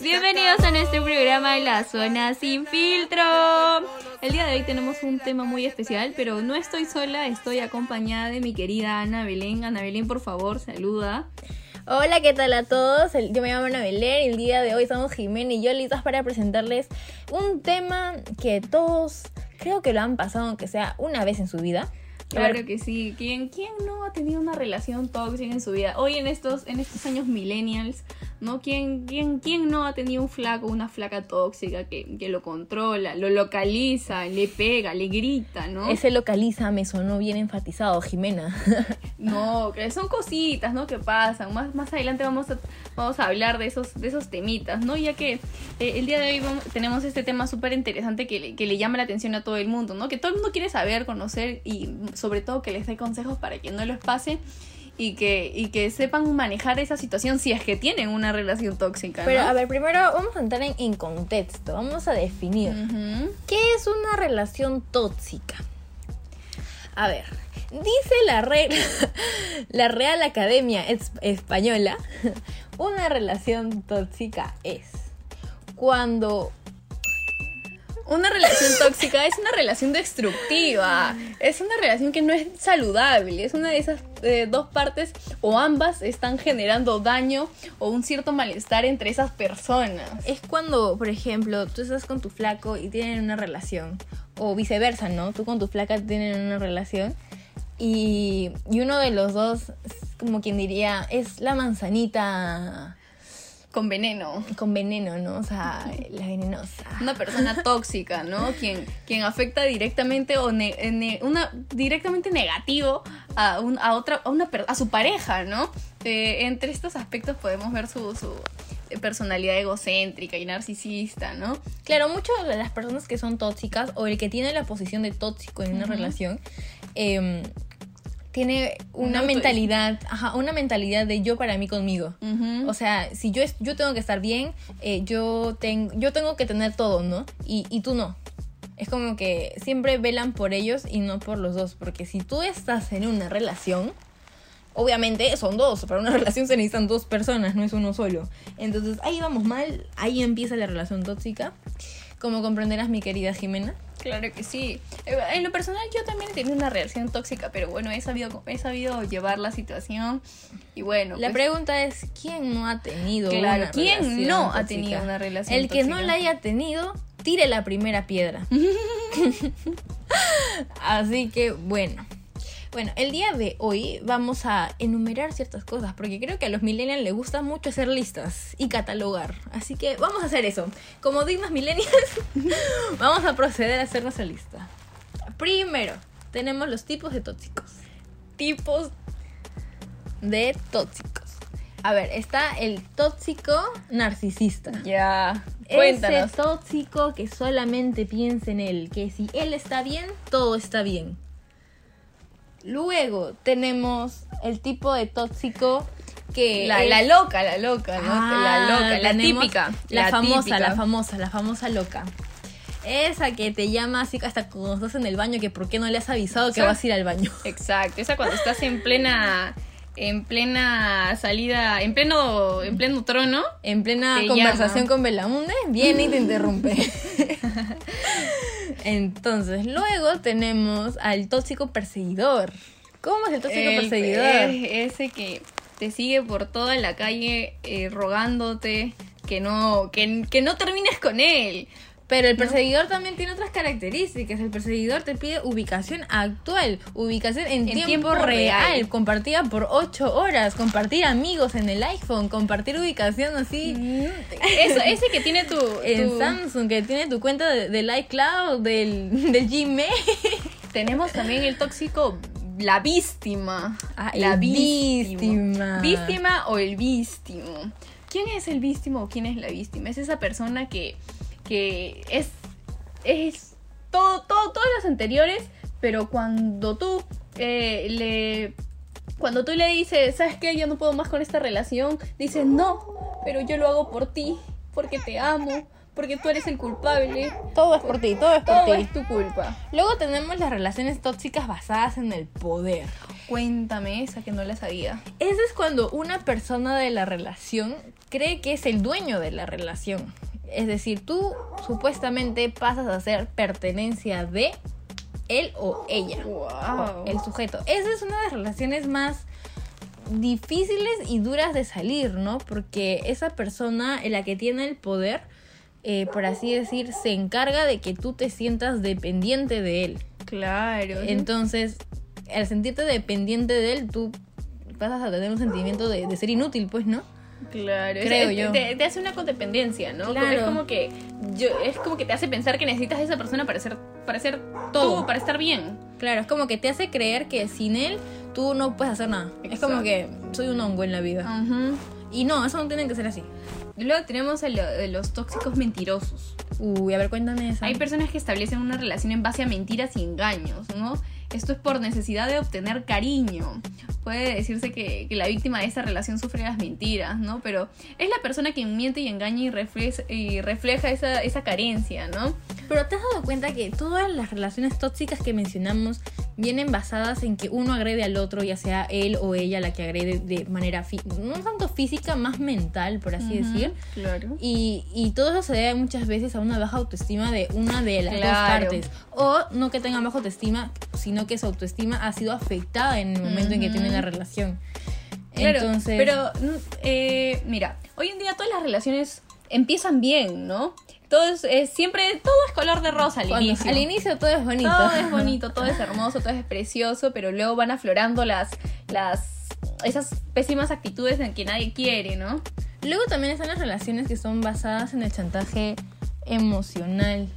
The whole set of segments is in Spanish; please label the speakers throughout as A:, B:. A: Bienvenidos este a nuestro programa La Zona Sin Filtro. El día de hoy tenemos un tema muy especial, pero no estoy sola, estoy acompañada de mi querida Ana Belén. Ana Belén, por favor, saluda.
B: Hola, ¿qué tal a todos? El- Yo me llamo Ana Belén y el día de hoy estamos Jimena y yo listas para presentarles un tema que todos creo que lo han pasado, aunque sea una vez en su vida. A ver,
A: Claro que sí. ¿Quién, quién no ha tenido una relación tóxica en su vida? Hoy en estos, en estos años millennials, ¿no? ¿Quién, quién, quién no ha tenido un flaco, una flaca tóxica que, que lo controla, lo localiza, le pega, le grita, ¿no?
B: ese localiza me sonó bien enfatizado, Jimena.
A: No, que son cositas, ¿no? Que pasan. Más, más adelante vamos a, vamos a hablar de esos, de esos temitas, ¿no? Ya que eh, el día de hoy vamos- tenemos este tema súper interesante que, le- que le llama la atención a todo el mundo, ¿no? Que todo el mundo quiere saber, conocer y sobre todo que les dé consejos para que no los pase y que, y que sepan manejar esa situación si es que tienen una relación tóxica, ¿no?
B: Pero a ver, primero vamos a entrar en, en contexto, vamos a definir.
A: Ujú.
B: ¿Qué es una relación tóxica? A ver, dice la regla, la Real Academia Es- Española, una relación tóxica es cuando
A: Una relación tóxica es una relación destructiva, es una relación que no es saludable, es una de esas eh, dos partes o ambas están generando daño o un cierto malestar entre esas personas.
B: es cuando, por ejemplo, tú estás con tu flaco y tienen una relación o viceversa, ¿no? Tú con tu flaca tienen una relación y, y uno de los dos, es como quien diría, es la manzanita
A: Con veneno.
B: con veneno, ¿no? O sea, la venenosa.
A: Una persona tóxica, ¿no? Quien, quien afecta directamente o ne- ne- una, directamente negativo a, un- a otra, a, una per- a su pareja, ¿no? Eh, entre estos aspectos podemos ver su, su eh, personalidad egocéntrica y narcisista, ¿no?
B: Claro, muchas de las personas que son tóxicas o el que tiene la posición de tóxico en una
A: Ujú.
B: relación em, tiene
A: Una
B: una
A: autoestima.
B: mentalidad, ajá, una mentalidad de yo para mí conmigo.
A: Ujú.
B: O sea, si yo, es- yo tengo que estar bien, eh, yo, ten- yo tengo que tener todo, ¿no? Y, y tú no. Es como que siempre velan por ellos y no por los dos. Porque si tú estás en una relación, obviamente son dos. Para una relación se necesitan dos personas, no es uno solo. Entonces ahí vamos mal, ahí empieza la relación tóxica. Como comprenderás, mi querida Jimena.
A: Claro que sí. Eh, En lo personal yo también he tenido una relación tóxica, pero bueno, he sabido, he sabido llevar la situación y bueno.
B: La
A: pues,
B: pregunta es, ¿quién no ha tenido
A: Claro,
B: una
A: ¿quién
B: relación
A: no ha
B: tóxica?
A: tenido una relación
B: El que no
A: tóxica?
B: la haya tenido, tire la primera piedra. Así que bueno. Bueno, el día de hoy vamos a enumerar ciertas cosas, porque creo que a los millennials les gusta mucho hacer listas y catalogar. Así que vamos a hacer eso. Como dignas millennials, vamos a proceder a hacer nuestra lista. Primero, tenemos los tipos de tóxicos. Tipos de tóxicos. A ver, está el tóxico narcisista.
A: Ya,
B: Ese
A: cuéntanos.
B: este, tóxico que solamente piensa en él, que si él está bien, todo está bien. Luego tenemos el tipo de tóxico que
A: La,
B: es-
A: la loca, la loca, ¿no?
B: Ah,
A: la loca, la
B: tenemos
A: típica.
B: La, famosa,
A: típica.
B: la famosa, la famosa loca. Esa que te llama así hasta cuando estás en el baño que por qué no le has avisado
A: Sí.
B: que vas a ir al baño.
A: Exacto, esa cuando estás en plena, en plena salida, en pleno, en pleno trono.
B: En plena
A: Te
B: conversación
A: llama.
B: con Belaunde, viene y te interrumpe. Entonces, luego tenemos al tóxico perseguidor. ¿Cómo es el tóxico
A: el-
B: perseguidor?
A: es ese que te sigue por toda la calle eh, rogándote que no, que, que no termines con él.
B: Pero el perseguidor también tiene otras características. El perseguidor te pide ubicación actual, ubicación en, tiempo,
A: tiempo
B: real,
A: real.
B: compartida por 8 horas, compartir amigos en el iPhone, compartir ubicación así.
A: Eso, ese que tiene tu,
B: En
A: tu-
B: Samsung, que tiene tu cuenta de- del iCloud, del, del Gmail.
A: Tenemos también el tóxico, la víctima.
B: Ah,
A: la
B: el víctima.
A: víctima. Víctima o el víctimo. ¿Quién es el víctimo o quién es la víctima? Es esa persona que, que es, es todo, todo, todos los anteriores, pero cuando tú eh, le... Cuando tú le dices, ¿sabes qué? Yo no puedo más con esta relación, dices, no, pero yo lo hago por ti, porque te amo, porque tú eres el culpable,
B: Todo es por ti, todo es por
A: todo
B: ti.
A: es tu culpa.
B: Luego tenemos las relaciones tóxicas basadas en el poder.
A: Cuéntame esa que no la sabía.
B: Ese es cuando una persona de la relación cree que es el dueño de la relación. Es decir, tú supuestamente pasas a ser pertenencia de él o ella.
A: Wow.
B: El sujeto. Esa es una de las relaciones más difíciles y duras de salir, ¿no? Porque esa persona, en la que tiene el poder, eh, por así decir, se encarga de que tú te sientas dependiente de él.
A: Claro.
B: Entonces, al sentirte dependiente de él, tú pasas a tener un sentimiento de, de ser inútil, pues, ¿no?
A: Claro,
B: Creo
A: es-
B: yo.
A: Te, te hace una codependencia, ¿no?
B: Claro.
A: Es como que yo, es como que te hace pensar que necesitas a esa persona para ser, para ser
B: Todo.
A: todo, para estar bien.
B: Claro, es como que te hace creer que sin él tú no puedes hacer nada. Es como
A: Exacto. Ah.
B: que soy un hongo en la vida. Y no, eso no tiene que ser así.
A: Luego tenemos a lo- de los tóxicos mentirosos.
B: Uy, a ver, cuéntame esa.
A: Hay personas que establecen una relación en base a mentiras y engaños, ¿no? Esto es por necesidad de obtener cariño. Puede decirse que, que la víctima de esta relación sufre las mentiras, ¿no? Pero es la persona quien miente y engaña y refleja, y refleja esa, esa carencia, ¿no?
B: Pero te has dado cuenta que todas las relaciones tóxicas que mencionamos vienen basadas en que uno agrede al otro, ya sea él o ella la que agrede de manera, fí- no tanto física, más mental, por así
A: Ujú,
B: decir.
A: Claro.
B: Y, y todo eso se debe muchas veces a una baja autoestima de una de las
A: Claro.
B: dos partes. O no que tenga baja autoestima, sino que su autoestima ha sido afectada en el momento en que
A: Ujú.
B: tienen la relación.
A: Claro,
B: Entonces,
A: pero mm, eh, mira, hoy en día todas las relaciones empiezan bien, ¿no? Todo es, eh, siempre, todo es color de rosa al
B: cuando-
A: inicio.
B: al inicio todo es bonito.
A: Todo es bonito, todo es hermoso, todo es precioso, pero luego van aflorando las, las, esas pésimas actitudes en que nadie quiere, ¿no?
B: Luego también están las relaciones que son basadas en el chantaje emocional.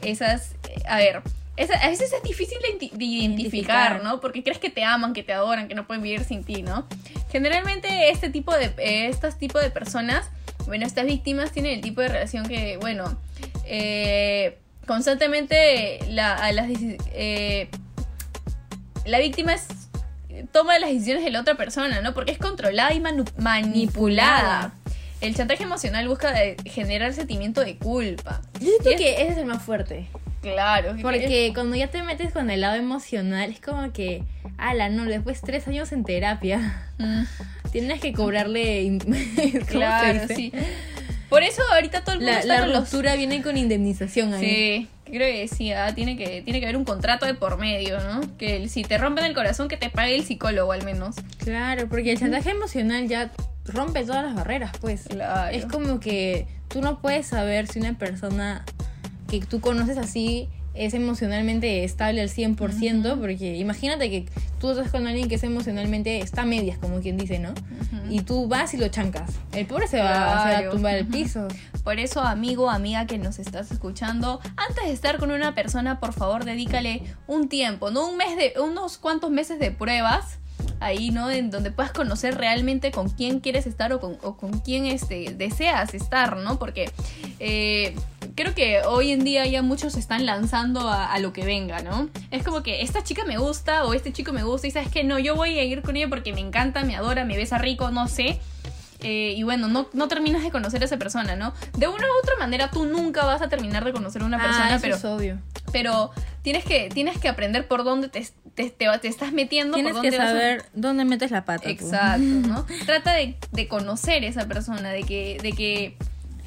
A: Esas, eh, a ver, esa- a veces es difícil de, inti- de
B: Identificar.
A: identificar, ¿no? Porque crees que te aman, que te adoran, que no pueden vivir sin ti, ¿no? Generalmente este tipo de, eh, estos tipos de personas, bueno, estas víctimas tienen el tipo de relación que, bueno, eh, constantemente la, a las, deci- eh, la víctima es- toma las decisiones de la otra persona, ¿no? Porque es controlada y manu- manipulada. El chantaje emocional busca eh, generar sentimiento de culpa.
B: Yo siento que ese es el más fuerte.
A: Claro,
B: Porque cuando ya te metes con el lado emocional, es como que, ala, no, después tres años en terapia,
A: Mm,
B: tienes que cobrarle. in- ¿cómo se
A: claro,
B: dice?
A: sí. Por eso ahorita todo el mundo
B: La,
A: está
B: la
A: con los
B: ruptura viene con indemnización ahí.
A: Sí, creo que sí, ah, tiene que tiene que haber un contrato de por medio, ¿no? Que el- si te rompen el corazón que te pague el psicólogo al menos.
B: Claro, porque el chantaje emocional ya rompe todas las barreras, pues.
A: Claro.
B: Es como que tú no puedes saber si una persona que tú conoces así es emocionalmente estable al 100%, porque imagínate que tú estás con alguien que es emocionalmente está a medias, como quien dice, ¿no?
A: Ujú.
B: Y tú vas y lo chancas. El pobre se va, se va a
A: Claro.
B: tumbar al
A: Ujú.
B: piso.
A: Por eso, amigo, amiga que nos estás escuchando, antes de estar con una persona, por favor, dedícale un tiempo, no un mes de unos cuantos meses de pruebas ahí, ¿no? En donde puedas conocer realmente con quién quieres estar o con, o con quién este, deseas estar, ¿no? Porque eh, creo que hoy en día ya muchos se están lanzando a, a lo que venga, ¿no? Es como que esta chica me gusta o este chico me gusta y sabes que no, yo voy a ir con ella porque me encanta, me adora, me besa rico, no sé. Eh, y bueno, no, no terminas de conocer a esa persona, ¿no? De una u otra manera tú nunca vas a terminar de conocer a una
B: Ah,
A: persona,
B: eso
A: pero,
B: es obvio.
A: pero tienes, que, tienes que aprender por dónde te, te, te va- te estás metiendo. por
B: Tienes que
A: dónde vas a-
B: saber dónde metes la pata. pues. tú.
A: Exacto, ¿no? Trata de, de conocer esa persona, de que, de que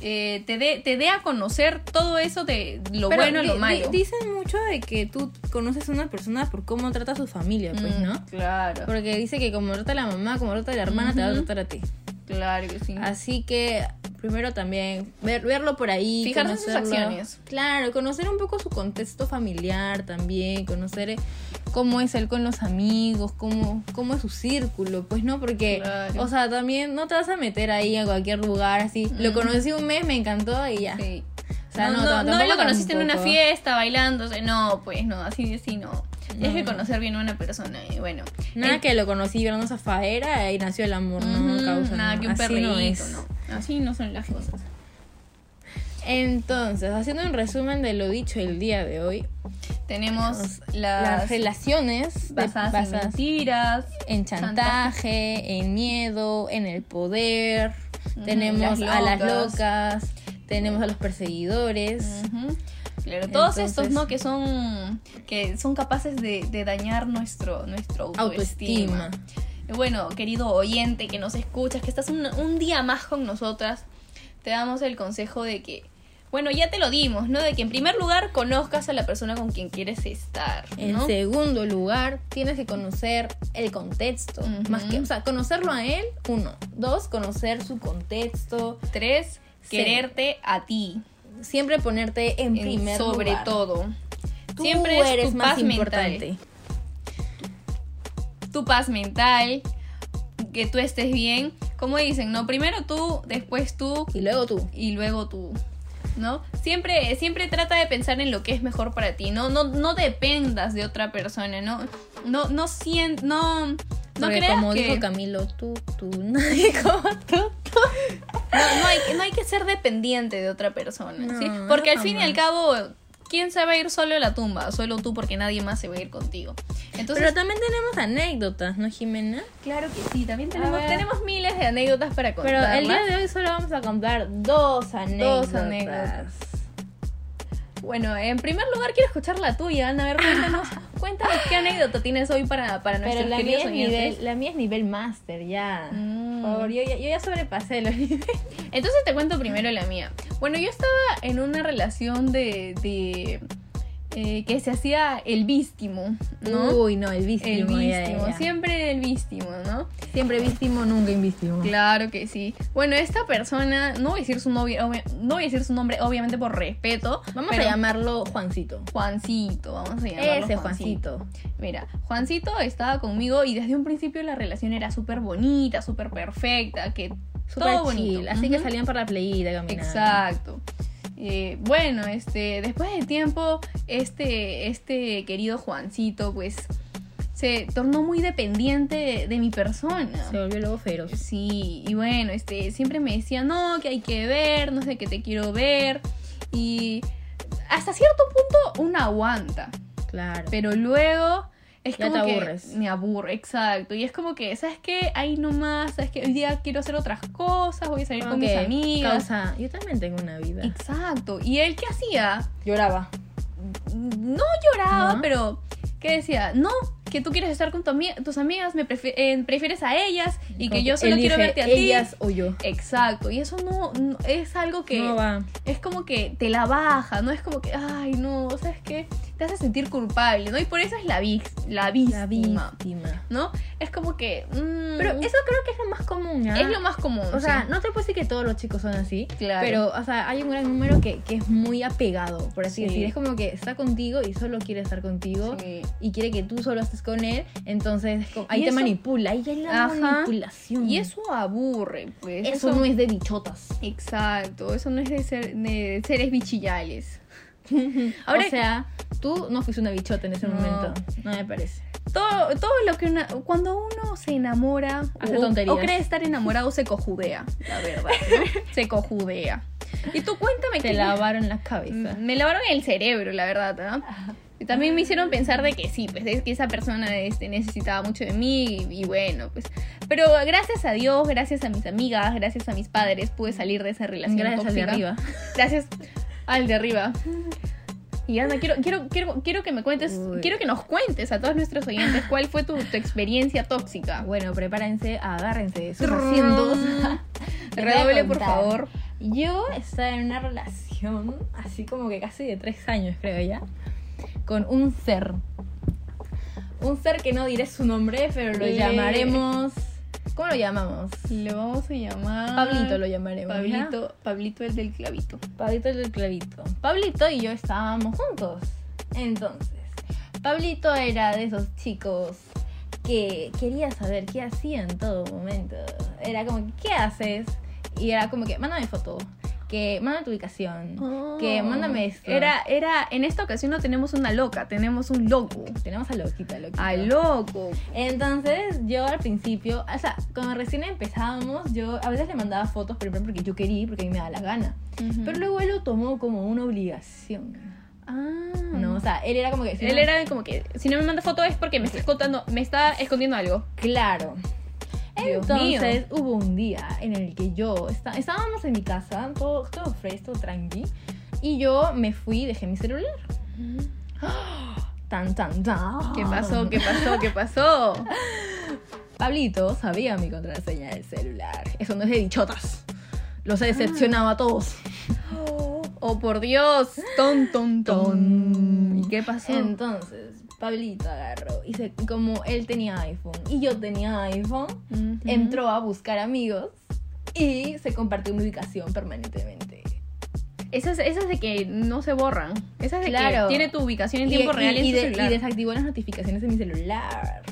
A: eh, te dé te dé a conocer todo eso de lo
B: Pero
A: bueno y lo
B: di-
A: malo.
B: di- dicen mucho de que tú conoces a una persona por cómo trata a su familia, pues,
A: Mm,
B: ¿no?
A: Claro,
B: Porque dice que como trata a la mamá, como trata a la hermana, te va a
A: Ujú.
B: tratar a ti.
A: claro que sí.
B: Así que primero también ver- verlo por ahí.
A: Fijarse en sus
B: conocerlo.
A: acciones.
B: Claro, conocer un poco su contexto familiar también, conocer eh, cómo es él con los amigos, cómo, cómo es su círculo, pues no, porque,
A: Claro.
B: o sea, también no te vas a meter ahí a cualquier lugar así. Lo
A: Mm.
B: conocí un mes, me encantó y ya.
A: Sí.
B: O sea,
A: no,
B: no,
A: no,
B: tam-
A: no
B: tampoco
A: lo conociste en una
B: tampoco.
A: fiesta bailando. o sea, no, pues no, así, así no. Tienes que
B: No.
A: conocer bien a una persona. Y bueno,
B: Nada
A: Eh,
B: que lo conocí vieron esa faera y nació el amor,
A: ujú,
B: no causa.
A: nada
B: no,
A: que un
B: así
A: perrito.
B: no es.
A: no. Así no son las cosas.
B: Entonces, haciendo un resumen de lo dicho el día de hoy,
A: Tenemos
B: Las- las
A: las,
B: relaciones de-
A: basadas, en
B: basadas
A: mentiras,
B: en chantaje, en miedo, en el poder.
A: Ujú,
B: Tenemos
A: las
B: a las
A: locas.
B: locas, tenemos a los perseguidores.
A: Ujú. Claro, todos
B: Entonces-
A: estos, ¿no? Que son, que son capaces de, de dañar nuestro, nuestro autoestima.
B: Autoestima.
A: Bueno, querido oyente que nos escuchas, que estás un, un día más con nosotras, te damos el consejo de que, bueno, ya te lo dimos, ¿no? De que en primer lugar conozcas a la persona con quien quieres estar,
B: En
A: ¿no?
B: segundo lugar, tienes que conocer el contexto.
A: Ujú.
B: Más que, o sea, conocerlo a él, uno. Dos, conocer su contexto.
A: Tres,
B: Sí.
A: quererte a ti,
B: Siempre ponerte en,
A: en-
B: primer
A: sobre
B: lugar.
A: todo.
B: Tú
A: Siempre es
B: eres
A: tu
B: más
A: paz
B: importante.
A: mental. tu paz mental, que tú estés bien. Como dicen, no, primero tú, después tú
B: Y luego tú.
A: y luego tú. ¿No? Siempre, siempre trata de pensar en lo que es mejor para ti. No, no, no dependas de otra persona. No, no, no sien- no, no
B: Porque
A: creas
B: como
A: que
B: dijo Camilo, tú, tú, nadie como tú.
A: no, no hay, que- no hay que ser dependiente de otra persona.
B: No,
A: ¿sí? Porque al
B: no,
A: fin y
B: no.
A: al cabo, ¿quién se va a ir solo a la tumba? Solo tú, porque nadie más se va a ir contigo. Entonces,
B: Pero también tenemos anécdotas, ¿no, Jimena?
A: claro que sí, también
B: A
A: tenemos,
B: ver.
A: tenemos miles de anécdotas para contar.
B: Pero el día de hoy solo vamos a contar dos anécdotas.
A: anécdotas. Bueno, en primer lugar quiero escuchar la tuya, Ana. A ver, cuéntanos, cuéntanos qué anécdota tienes hoy para, para
B: Pero
A: nuestros
B: la mía,
A: queridos
B: es
A: oyentes.
B: nivel, la mía es nivel máster, ya.
A: Mm.
B: Por favor, yo ya, yo ya sobrepasé los niveles.
A: Entonces te cuento primero la mía. Bueno, yo estaba en una relación de, de eh, que se hacía el vístimo, ¿no?
B: Uy, no, el
A: el
B: vístimo. ya, ya,
A: vístimo,
B: ya.
A: siempre el vístimo, ¿no?
B: Siempre vístimo, nunca invístimo.
A: Claro que sí. Bueno, esta persona, no voy a decir su nombre, obvia- no voy a decir su nombre, obviamente por respeto.
B: Vamos
A: pero
B: a llamarlo Juancito.
A: Juancito, vamos a llamarlo
B: Ese Juancito.
A: Mira, Juancito estaba conmigo y desde un principio la relación era súper bonita, súper perfecta, que
B: Súper
A: todo bonito.
B: chill. Así que
A: Ujú.
B: salían por la playita caminando.
A: Exacto. Eh, bueno, este, después de tiempo, este, este querido Juancito, pues, se tornó muy dependiente de, de mi persona.
B: Se volvió luego feroz.
A: Este, Sí, y bueno, este, siempre me decía, no, que hay que ver, no sé, que te quiero ver. Y hasta cierto punto uno aguanta.
B: Claro.
A: Pero luego es
B: Ya
A: como
B: te
A: que
B: aburres.
A: me aburre, exacto. Y es como que, ¿sabes qué? Ahí nomás, ¿sabes qué? Hoy día quiero hacer otras cosas, voy a salir
B: Como
A: con mis
B: que
A: amigas.
B: causa- yo también tengo una vida.
A: Exacto. ¿Y él qué hacía?
B: Lloraba.
A: No lloraba,
B: ¿No?
A: pero ¿qué decía? No, que tú quieres estar con tu ami- tus amigas, me prefi- eh, prefieres a ellas y que yo solo quiero verte a ti.
B: Ellas o yo.
A: Exacto, y eso no, no- es algo que
B: No va.
A: es como que te la baja, no es como que, ay, no, ¿sabes qué? Te hace sentir culpable, ¿no? Y por eso es la, vic- la víctima.
B: La víctima.
A: ¿no? Es como que. mm,
B: Pero eso creo que es lo más común, ¿ah?
A: es lo más común.
B: O sea,
A: sí.
B: no te puedo decir que todos los chicos son así,
A: Claro.
B: pero, o sea, hay un gran número que, que es muy apegado, por así
A: Sí.
B: decir. Es como que está contigo y solo quiere estar contigo
A: Sí.
B: y quiere que tú solo estés con él, entonces es como-
A: Y
B: ahí te
A: eso-
B: manipula, ahí ya es la
A: Ajá.
B: manipulación.
A: Y eso aburre, pues.
B: Mm. eso, no es de bichotas.
A: Exacto, eso no es de, ser, de seres bichillales. Ahora-
B: Ahora, o sea, tú no fuiste una bichota en ese
A: No.
B: momento, no me parece.
A: Todo, todo lo que una- cuando uno se enamora
B: Hace
A: o,
B: tonterías.
A: o cree estar enamorado se cojudea, la verdad. ¿no? se cojudea. Y tú cuéntame
B: Te
A: qué-
B: lavaron la cabeza.
A: Mm, Me lavaron el cerebro, la verdad, ¿no? Y también me hicieron pensar de que sí, pues es que esa persona este, necesitaba mucho de mí y, y bueno, pues. Pero gracias a Dios, gracias a mis amigas, gracias a mis padres, pude salir de esa relación.
B: Gracias al de
A: tóxica.
B: arriba.
A: Gracias al de arriba. Y Ana, quiero, quiero, quiero, quiero que me cuentes,
B: Uy.
A: quiero que nos cuentes a todos nuestros oyentes cuál fue tu, tu experiencia tóxica.
B: Ah, Bueno, prepárense, agárrense sus asientos. Te voy a
A: Redoble, por
B: contar.
A: favor.
B: Yo estaba en una relación así como que casi de tres años, creo ya, con un ser. Un ser que no diré su nombre, pero lo
A: Le-
B: llamaremos. ¿Cómo lo llamamos?
A: Lo vamos a llamar.
B: Pablito lo llamaremos. ¿ya?
A: Pablito, Pablito el del clavito.
B: Pablito el del clavito. Pablito y yo estábamos juntos. Entonces, Pablito era de esos chicos que quería saber qué hacía en todo momento. Era como, que, ¿qué haces? Y era como que, mándame foto, que mándame tu ubicación, que mándame esto.
A: Oh. Era, era, en esta ocasión no tenemos una loca, tenemos un loco.
B: Tenemos a Loquita, Loquita.
A: Al loco.
B: Entonces, yo al principio, o sea, cuando recién empezábamos, yo a veces le mandaba fotos, por ejemplo, porque yo quería, y porque a mí me daba la gana. Pero
A: Pero,
B: luego él lo tomó como una obligación.
A: ah,
B: No, o sea, él era como que. si
A: Él
B: no-
A: era como que, si no me manda foto es porque me está escondiendo, me está escondiendo algo.
B: Claro.
A: Dios
B: Entonces hubo un día en el que yo esta- estábamos en mi casa, todo, todo fresco, tranqui. Y yo me fui, dejé mi celular. Tan, tan, tan.
A: ¿Qué pasó? ¿Qué pasó? ¿Qué pasó?
B: Pablito sabía mi contraseña del celular. Eso no es de dichotas. Los he decepcionado a todos.
A: Oh, por Dios. Ton, ton, ton. ¿Y qué pasó?
B: Entonces, Pablito agarró y se- como él tenía iPhone y yo tenía iPhone,
A: Ujú.
B: entró a buscar amigos y se compartió mi ubicación permanentemente.
A: Esas, esas de que no se borran. Esas de
B: Claro.
A: que tiene tu ubicación en
B: Y-
A: tiempo
B: y-
A: real en
B: y
A: tu
B: de-
A: celular.
B: y desactivó las notificaciones de mi celular.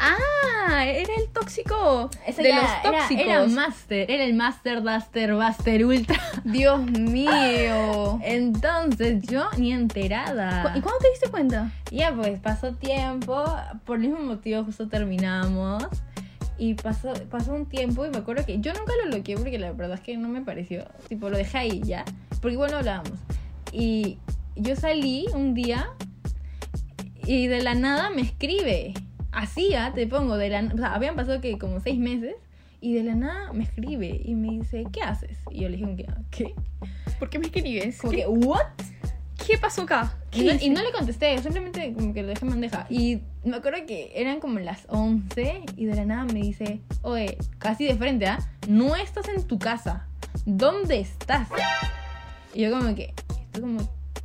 A: Ah, era el tóxico
B: Ese
A: de
B: era-
A: los
B: era-
A: tóxicos.
B: Era, master, era el master, duster, buster, ultra.
A: Dios mío.
B: Entonces yo ni enterada.
A: ¿Y cuándo te diste cuenta?
B: Ya pues pasó tiempo, por el mismo motivo justo terminamos. Y pasó, pasó un tiempo y me acuerdo que yo nunca lo bloqueé porque la verdad es que no me pareció. Tipo, lo dejé ahí ya. Porque igual no hablábamos. Y yo salí un día y de la nada me escribe. Así, ah, te pongo, de la, o sea, habían pasado que como seis meses y de la nada me escribe y me dice, ¿qué haces? Y yo le dije, ¿qué?
A: ¿Por qué me escribes?
B: Como
A: ¿Qué,
B: que, ¿what?
A: qué pasó acá?
B: Y no,
A: ¿Qué
B: y no le contesté, simplemente como que lo dejé en bandeja. Y me acuerdo que eran como las 11 y de la nada me dice, oye, casi de frente, ¿ah? No estás en tu casa. ¿Dónde estás? Y yo como que, esto como,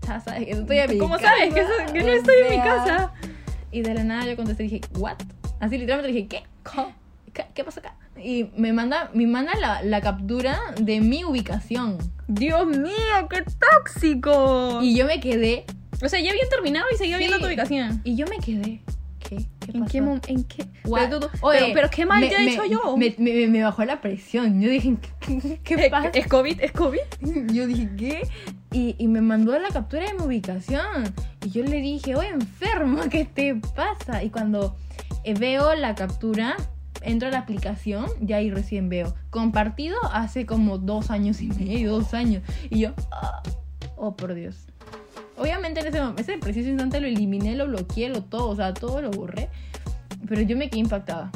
B: ya sabes que no estoy en mi
A: ¿Cómo
B: casa,
A: sabes que, eso- que no
B: o
A: estoy en mi
B: sea.
A: casa?
B: Y de la nada yo contesté y dije, ¿what? Así literalmente le dije, ¿qué?
A: Co-
B: ¿Qué, qué pasa acá? Y me manda, me manda la, la captura de mi ubicación.
A: Dios mío, qué tóxico.
B: Y yo me quedé,
A: o sea, ya habían terminado y seguía
B: Sí.
A: viendo tu ubicación.
B: y yo me quedé, ¿qué? ¿Qué
A: ¿En qué
B: pasó?
A: mom- en qué?
B: Guau.
A: Pero, tú- tú-
B: Oye,
A: pero- pero qué mal
B: me-
A: te he
B: me-
A: hecho yo.
B: Me, me- me bajó la presión. Yo dije, ¿qué, qué- qué
A: Eh,
B: pasa?
A: ¿Es COVID? ¿Es COVID?
B: Yo dije, ¿qué? Y, y me mandó la captura de mi ubicación. Y yo le dije, oye, enferma, ¿qué te pasa? Y cuando eh, veo la captura, entro a la aplicación y ahí recién veo. Compartido hace como dos años y medio, dos años. Y yo, ah, oh, por Dios. Obviamente en ese, mom- ese preciso instante lo eliminé, lo bloqueé, lo todo, o sea, todo lo borré. Pero yo me quedé impactada.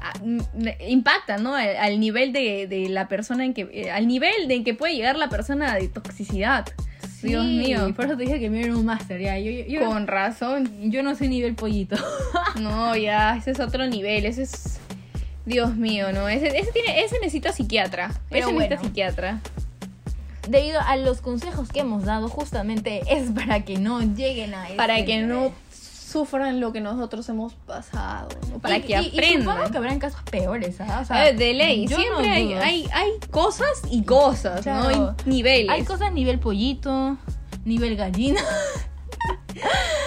A: Ah, mm, impacta, ¿no? Al, al nivel de, de la persona en que. eh, al nivel de en que puede llegar la persona de toxicidad. Dios mío.
B: Por eso te dije que me era un máster, ya. Yo, yo, yo-
A: Con razón.
B: yo no soy nivel pollito.
A: No, ya, ese es otro nivel. Ese es. Dios mío, ¿no? Ese, ese tiene, ese necesita psiquiatra.
B: Pero
A: ese necesita
B: bueno.
A: psiquiatra.
B: Debido a los consejos que hemos dado, justamente es para que no lleguen a este
A: Para que no sufran lo que nosotros hemos pasado, ¿no? Para que
B: Y
A: aprendan.
B: supongo que habrán casos peores, ¿ah? O sea,
A: Eh, de ley,
B: yo
A: siempre
B: no
A: hay,
B: dudo.
A: hay, hay cosas y cosas, ¿no? Hay
B: Claro.
A: niveles.
B: Hay cosas nivel pollito, nivel gallina,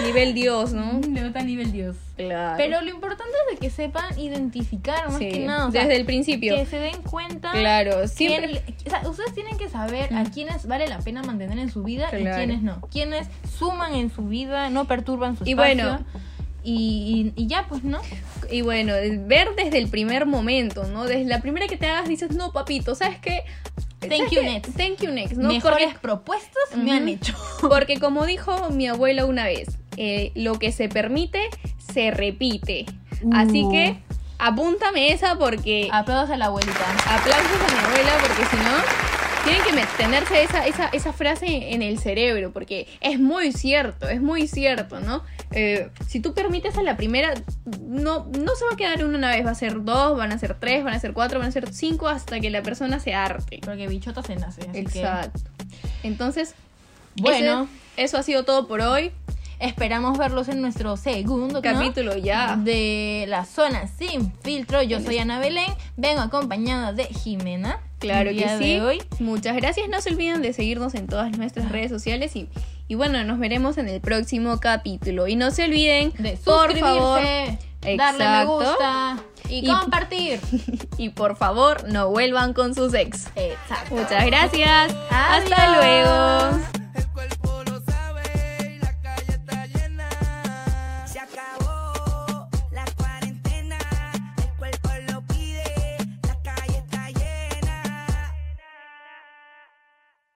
A: nivel Dios, ¿no?
B: de otra nivel dios.
A: Claro.
B: Pero lo importante es de que sepan identificar más
A: Sí,
B: que nada. o sea,
A: desde el principio.
B: que se den cuenta
A: Claro, siempre.
B: Quién- o sea, ustedes tienen que saber a quiénes vale la pena mantener en su vida y
A: Mm. Claro.
B: quiénes no. Quiénes suman en su vida, no perturban su
A: Y
B: espacio.
A: bueno.
B: Y, y- y ya, pues, ¿no?
A: Y bueno, ver desde el primer momento, ¿no? Desde la primera que te hagas dices, no, papito, ¿sabes qué?
B: Thank
A: ¿Sabes
B: you,
A: qué?
B: next.
A: Thank you, next, ¿no?
B: Mejores
A: Porque,
B: propuestas me han
A: Ujú.
B: hecho.
A: porque como dijo mi abuela una vez, eh, lo que se permite, se repite. Así
B: Uh.
A: que apúntame esa porque
B: Aplausos a la abuelita.
A: aplausos a mi abuela porque si no, tienen que mantenerse esa, esa, esa frase en el cerebro porque es muy cierto, es muy cierto, ¿no? Eh, si tú permites a la primera, no, no se va a quedar uno una vez, va a ser dos, van a ser tres, van a ser cuatro, van a ser cinco hasta que la persona se harte.
B: Porque bichota se nace. así que-
A: Exacto. Entonces,
B: Bueno,
A: ese- eso ha sido todo por hoy.
B: esperamos verlos en nuestro segundo ¿no?
A: Capítulo Ah. ya.
B: De la zona sin filtro, yo soy Ana Belén, vengo acompañada de Jimena.
A: Claro
B: el
A: que
B: día de
A: sí.
B: hoy.
A: Muchas gracias. No se olviden de seguirnos en todas nuestras redes sociales y, y bueno, nos veremos en el próximo capítulo. Y no se olviden,
B: de
A: por
B: suscribirse,
A: favor,
B: darle me
A: Exacto.
B: gusta y,
A: Y-
B: compartir.
A: y por favor, no vuelvan con sus ex.
B: 哎 Exacto.
A: Muchas gracias. Hasta
B: Adiós.
A: luego.